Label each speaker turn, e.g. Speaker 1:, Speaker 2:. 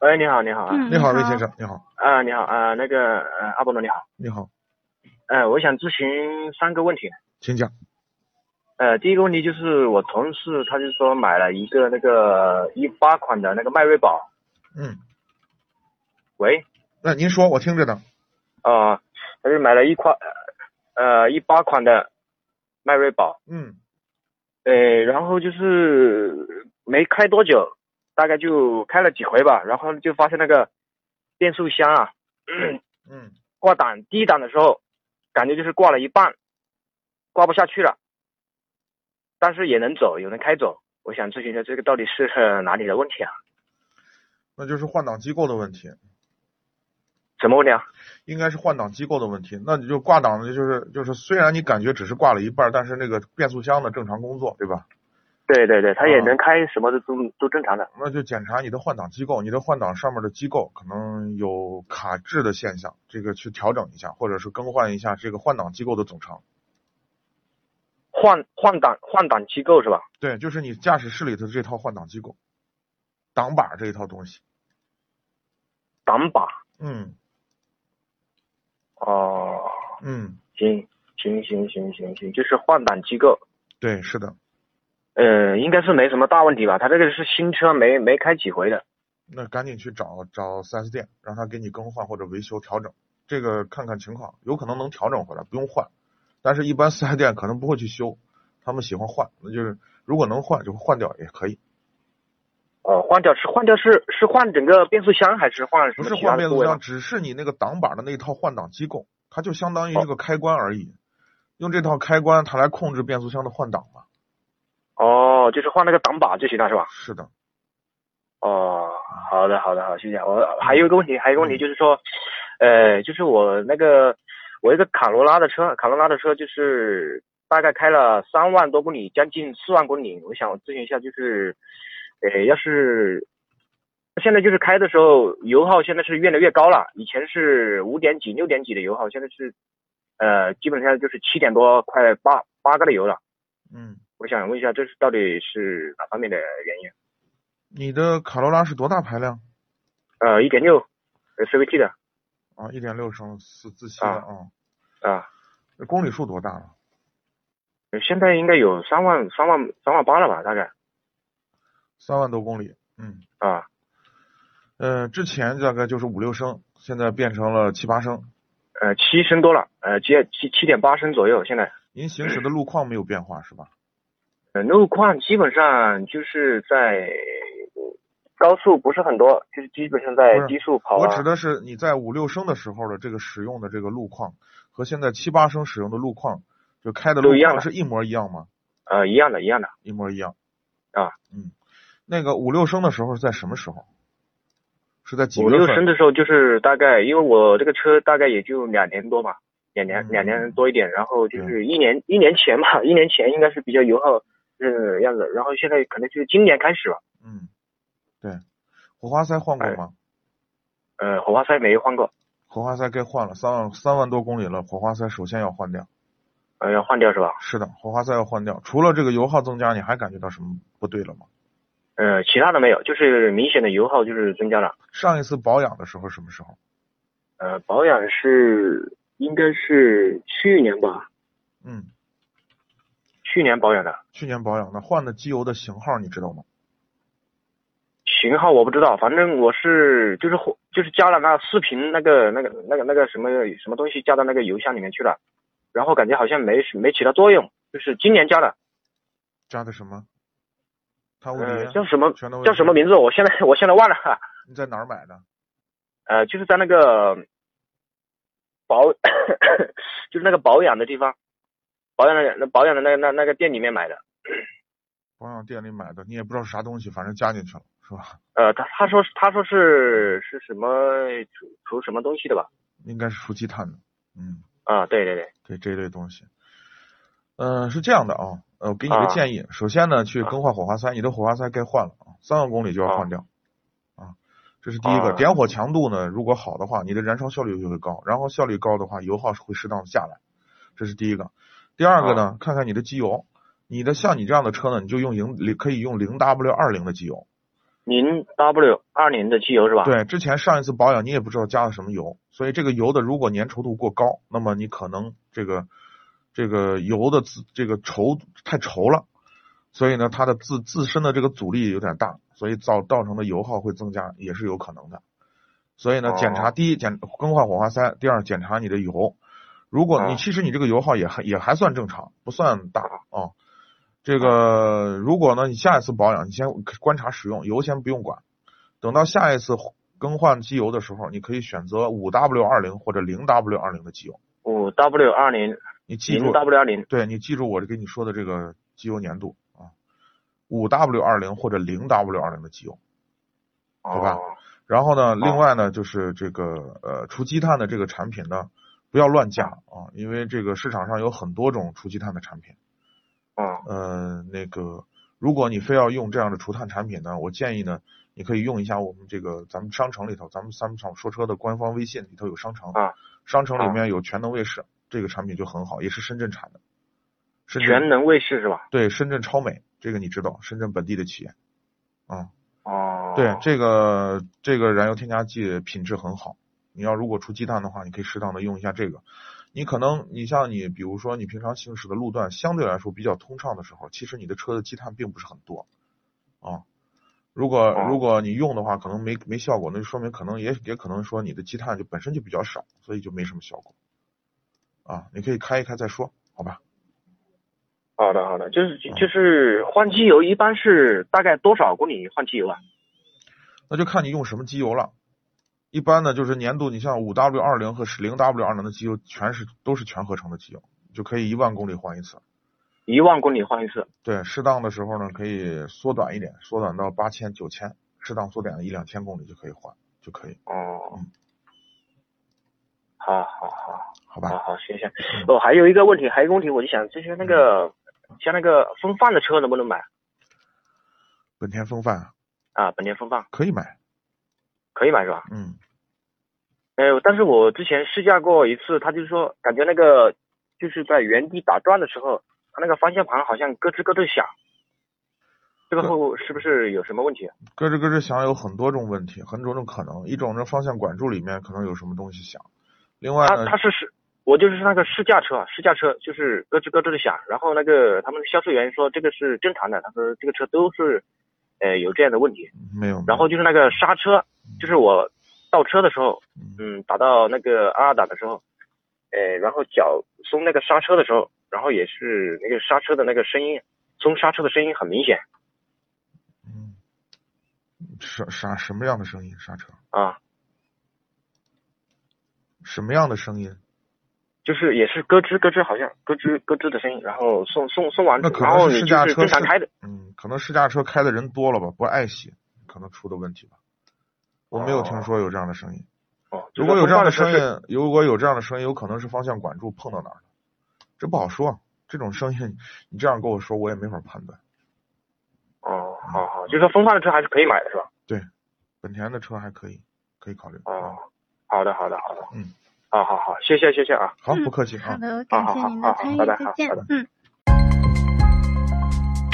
Speaker 1: 喂，你好，啊你好，
Speaker 2: 嗯，
Speaker 3: 你好，
Speaker 2: 好，
Speaker 3: 魏先，生，你好，
Speaker 1: 啊，你好，啊，那个，呃，阿波罗你好，
Speaker 3: 你好，
Speaker 1: 呃，我想咨询三个问题，
Speaker 3: 请讲。
Speaker 1: 呃，第一个问题就是我同事他就说买了一个那个一八款的那个迈锐宝，
Speaker 3: 嗯，
Speaker 1: 喂，
Speaker 3: 那您说，我听着呢。
Speaker 1: 啊、他就买了一款，呃，一八款的迈锐宝，
Speaker 3: 嗯
Speaker 1: 呃，然后就是没开多久，大概就开了几回吧，然后就发现那个变速箱啊，
Speaker 3: 嗯
Speaker 1: 挂档第一档的时候，感觉就是挂了一半，挂不下去了，但是也能走，也能开走。我想咨询一下，这个到底是呃哪里的问题啊？
Speaker 3: 那就是换挡机构的问题，
Speaker 1: 什么问题啊？
Speaker 3: 应该是换挡机构的问题。那你就挂档的，就是就是，虽然你感觉只是挂了一半儿，但是那个变速箱的正常工作，对吧？
Speaker 1: 对对对，它也
Speaker 3: 啊
Speaker 1: 能开，什么都都都正常的。
Speaker 3: 那就检查你的换挡机构，你的换挡上面的机构可能有卡滞的现象，这个去调整一下，或者是更换一下这个换挡机构的总成。
Speaker 1: 换换挡换挡机构是吧？
Speaker 3: 对，就是你驾驶室里头这套换挡机构，挡把这一套东西。
Speaker 1: 挡把
Speaker 3: 嗯
Speaker 1: 哦，
Speaker 3: 嗯，
Speaker 1: 行行行行行行，就是换挡机构。
Speaker 3: 对，是的。
Speaker 1: 呃，应该是没什么大问题吧？它这个是新车没，没开几回的。
Speaker 3: 那赶紧去找找 4S 店，让他给你更换或者维修调整，这个看看情况，有可能能调整回来，不用换。但是，一般 4S 店可能不会去修，他们喜欢换，那就是如果能换就换掉也可以，
Speaker 1: 哦，换掉是换掉是是换整个变速箱还是换什
Speaker 3: 不
Speaker 1: 么
Speaker 3: 是
Speaker 1: 其他
Speaker 3: 换
Speaker 1: 的
Speaker 3: 变
Speaker 1: 部
Speaker 3: 速
Speaker 1: 位吗
Speaker 3: 箱，只是你那个挡把的那一套换挡机构，它就相当于一个开关而已，用这套开关它来控制变速箱的换挡嘛。
Speaker 1: 哦，就是换那个挡把就行了是吧？
Speaker 3: 是的，
Speaker 1: 哦，好的，好的，好，谢谢。我还有一个问题，还有一个问题就是说，呃，就是我那个我一个卡罗拉的车，卡罗拉的车就是大概开了三万多公里，将近四万公里。我想咨询一下，就是，呃，要是现在就是开的时候油耗现在是越来越高了，以前是五点几、六点几的油耗，现在是呃基本上就是七点多快八八个的油了。
Speaker 3: 嗯，
Speaker 1: 我想问一下，这是到底是哪方面的原因？
Speaker 3: 你的卡罗拉是多大排量
Speaker 1: 呃，一点六，呃，CVT 的
Speaker 3: 啊？一点六升四自吸的
Speaker 1: 啊
Speaker 3: 啊，
Speaker 1: 啊、
Speaker 3: 那公里数多大了？
Speaker 1: 呃现在应该有三万、三万、三万八了吧，大概
Speaker 3: 三万多公里，嗯。
Speaker 1: 啊。
Speaker 3: 呃，之前大概就是五六升，现在变成了七八升。
Speaker 1: 呃，七升多了，呃，接七七点八升左右。现在，
Speaker 3: 您行驶的路况没有变化是吧？
Speaker 1: 呃，路况基本上就是在呃高速不是很多，就是基本上在
Speaker 3: 不是
Speaker 1: 低速跑
Speaker 3: 我
Speaker 1: 啊
Speaker 3: 指。的是你在五六升的时候的这个使用的这个路况，和现在七八升使用的路况，就开的
Speaker 1: 都
Speaker 3: 路
Speaker 1: 一样
Speaker 3: 况
Speaker 1: 的
Speaker 3: 是一模一样吗？
Speaker 1: 呃，一样的，一样的。
Speaker 3: 一模一样。
Speaker 1: 啊，
Speaker 3: 嗯，那个五六升的时候是在什么时候？是在几
Speaker 1: 五
Speaker 3: 月
Speaker 1: 六
Speaker 3: 份？
Speaker 1: 升的时候就是大概，因为我这个车大概也就两年多嘛，两年
Speaker 3: 嗯
Speaker 1: 两年多一点，然后就是一年一年前嘛，一年前应该是比较油耗呃样子，然后现在可能就是今年开始吧。
Speaker 3: 嗯，对，火花塞换过
Speaker 1: 哎
Speaker 3: 吗？
Speaker 1: 呃，火花塞没换过，
Speaker 3: 火花塞该换了，三万三万多公里了，火花塞首先要换掉。
Speaker 1: 呃，要换掉是吧？
Speaker 3: 是的，火花塞要换掉。除了这个油耗增加，你还感觉到什么不对了吗？
Speaker 1: 呃，其他的没有，就是明显的油耗就是增加了。
Speaker 3: 上一次保养的时候是什么时候？
Speaker 1: 呃，保养是应该是去年吧，
Speaker 3: 嗯，
Speaker 1: 去年保养的，
Speaker 3: 去年保养的，换的机油的型号你知道吗？
Speaker 1: 型号我不知道，反正我是就是火就是加了那视频那个那个那个那个什么什么东西加到那个邮箱里面去了，然后感觉好像没没起到作用，就是今年加的，
Speaker 3: 加的什么？贪污敌
Speaker 1: 呃
Speaker 3: 啊，
Speaker 1: 叫什么
Speaker 3: 全都
Speaker 1: 叫什么名字？我现在我现在忘了，哈，
Speaker 3: 你在哪儿买的？
Speaker 1: 呃，就是在那个保 就是那个保养的地方，保养的那保养的那个那那个店里面买的，
Speaker 3: 保养店里买的，你也不知道是啥东西，反正加进去了，是吧？
Speaker 1: 呃，他他说他说是是什么除除什么东西的吧？
Speaker 3: 应该是除积碳的，嗯，
Speaker 1: 啊，对对对，
Speaker 3: 这这一类东西。嗯、是这样的啊，呃，我给你个
Speaker 1: 啊
Speaker 3: 建议，首先呢，去更换火花塞，你的火花塞该换了啊，三万公里就要换掉，啊，这是第一个。
Speaker 1: 啊
Speaker 3: 点火强度呢，如果好的话，你的燃烧效率就会高，然后效率高的话，油耗是会适当的下来，这是第一个。第二个
Speaker 1: 啊
Speaker 3: 呢，看看你的机油，你的像你这样的车呢，你就用零可以用零 W 二零的机油，
Speaker 1: 零 W 二零的机油是吧？
Speaker 3: 对，之前上一次保养你也不知道加了什么油，所以这个油的如果粘稠度过高，那么你可能这个这个油的自这个稠太稠了，所以呢它的自自身的这个阻力有点大，所以造造成的油耗会增加，也是有可能的。所以呢，检查
Speaker 1: 哦
Speaker 3: 第一检更换火花塞，第二检查你的油。如果你
Speaker 1: 哦
Speaker 3: 其实你这个油耗也还也还算正常，不算大
Speaker 1: 嗯
Speaker 3: 啊。这个如果呢，你下一次保养，你先观察使用，油先不用管。等到下一次更换机油的时候，你可以选择五 W 二零或者零 W 二零的机油。
Speaker 1: 五 W 二零
Speaker 3: 你记
Speaker 1: 零
Speaker 3: 住，
Speaker 1: W 二零
Speaker 3: 对你记住我给你说的这个机油粘度啊，五 W 二零或者零 W 二零的机油。对
Speaker 1: 哦
Speaker 3: 吧然后呢，另外呢，就是这个呃除积碳的这个产品呢，不要乱加啊，因为这个市场上有很多种除积碳的产品。
Speaker 1: 嗯
Speaker 3: 呃，那个，如果你非要用这样的除碳产品呢，我建议呢，你可以用一下我们这个咱们商城里头，咱们咱们厂说车的官方微信里头有商城，
Speaker 1: 啊
Speaker 3: 商城里
Speaker 1: 啊
Speaker 3: 面有全能卫士、这个产品就很好，也是深圳产的，深圳
Speaker 1: 全能卫士是吧？
Speaker 3: 对深圳超美这个你知道，深圳本地的企业，嗯，
Speaker 1: 哦，
Speaker 3: 对这个这个燃油添加剂品质很好，你要如果除积碳的话，你可以适当的用一下这个。你可能你像你，比如说你平常行驶的路段相对来说比较通畅的时候，其实你的车的积碳并不是很多啊。如果
Speaker 1: 哦
Speaker 3: 如果你用的话，可能没没效果，那就说明可能也也可能说你的积碳就本身就比较少，所以就没什么效果啊。你可以开一开再说，好吧？
Speaker 1: 好的好的，就是
Speaker 3: 嗯
Speaker 1: 就是换机油一般是大概多少公里换机油啊？
Speaker 3: 那就看你用什么机油了。一般呢，就是粘度，你像五 W 二零和零 W 二零的机油，全是都是全合成的机油，就可以一万公里换一次。
Speaker 1: 一万公里换一次。
Speaker 3: 对，适当的时候呢，可以缩短一点，缩短到八千、九千，适当缩短一两千公里就可以换，就可以，
Speaker 1: 哦
Speaker 3: 嗯，
Speaker 1: 好好好
Speaker 3: 好
Speaker 1: 好
Speaker 3: 吧？
Speaker 1: 好，谢谢。哦，还有一个问题，还有一个问题，我就想就是那个像那个风范的车能不能买
Speaker 3: 本田锋范
Speaker 1: 啊？本田风范
Speaker 3: 可以买，
Speaker 1: 可以买是吧？
Speaker 3: 嗯，
Speaker 1: 呃，但是我之前试驾过一次，他就是说感觉那个就是在原地打转的时候，他那个方向盘好像咯吱咯吱响，这个
Speaker 3: 对
Speaker 1: 后是不是有什么问题？
Speaker 3: 咯吱咯吱响有很多种问题，很多种可能，一种呢方向管柱里面可能有什么东西响，另外
Speaker 1: 他
Speaker 3: 呢
Speaker 1: 他，是试，我就是那个试驾车啊，试驾车就是咯吱咯吱的响，然后那个他们销售员说这个是正常的，他说这个车都是呃有这样的问题，
Speaker 3: 嗯没有，
Speaker 1: 然后就是那个刹车，就是我倒车的时候，嗯，打到那个二二档的时候，呃，然后脚松那个刹车的时候，然后也是那个刹车的那个声音，松刹车的声音很明显
Speaker 3: 嗯，啥啥什么样的声音？刹车？
Speaker 1: 啊，
Speaker 3: 什么样的声音？
Speaker 1: 就是也是咯吱咯吱，好像咯吱咯吱的声音，然后松松松完，
Speaker 3: 那可能
Speaker 1: 然后
Speaker 3: 是
Speaker 1: 你
Speaker 3: 试
Speaker 1: 就
Speaker 3: 驾
Speaker 1: 是
Speaker 3: 车
Speaker 1: 正常
Speaker 3: 是
Speaker 1: 开的，
Speaker 3: 嗯，可能试驾车开的人多了吧，不爱惜，可能出的问题吧。我没有听说有这样的声音。
Speaker 1: 哦，
Speaker 3: 如果有这样的
Speaker 1: 就是风
Speaker 3: 声
Speaker 1: 范车是
Speaker 3: 音，如果有这样的声音，有可能是方向管柱碰到哪儿了，这不好说。这种声音，你这样跟我说，我也没法判断。
Speaker 1: 哦，好好，就是说风范的车还是可以买的是吧？
Speaker 3: 本田的车还可以，可以考虑。
Speaker 1: 哦，好的，好的，好的，
Speaker 3: 嗯，
Speaker 1: 好好好，谢谢，谢谢啊。
Speaker 3: 好，不客气啊。
Speaker 2: 好的，
Speaker 1: 好
Speaker 2: 感
Speaker 1: 好
Speaker 2: 谢
Speaker 1: 好
Speaker 2: 您
Speaker 1: 好
Speaker 2: 的
Speaker 1: 好
Speaker 2: 参与，
Speaker 1: 拜拜
Speaker 2: 再
Speaker 1: 好
Speaker 2: 见
Speaker 1: 拜拜。
Speaker 2: 嗯，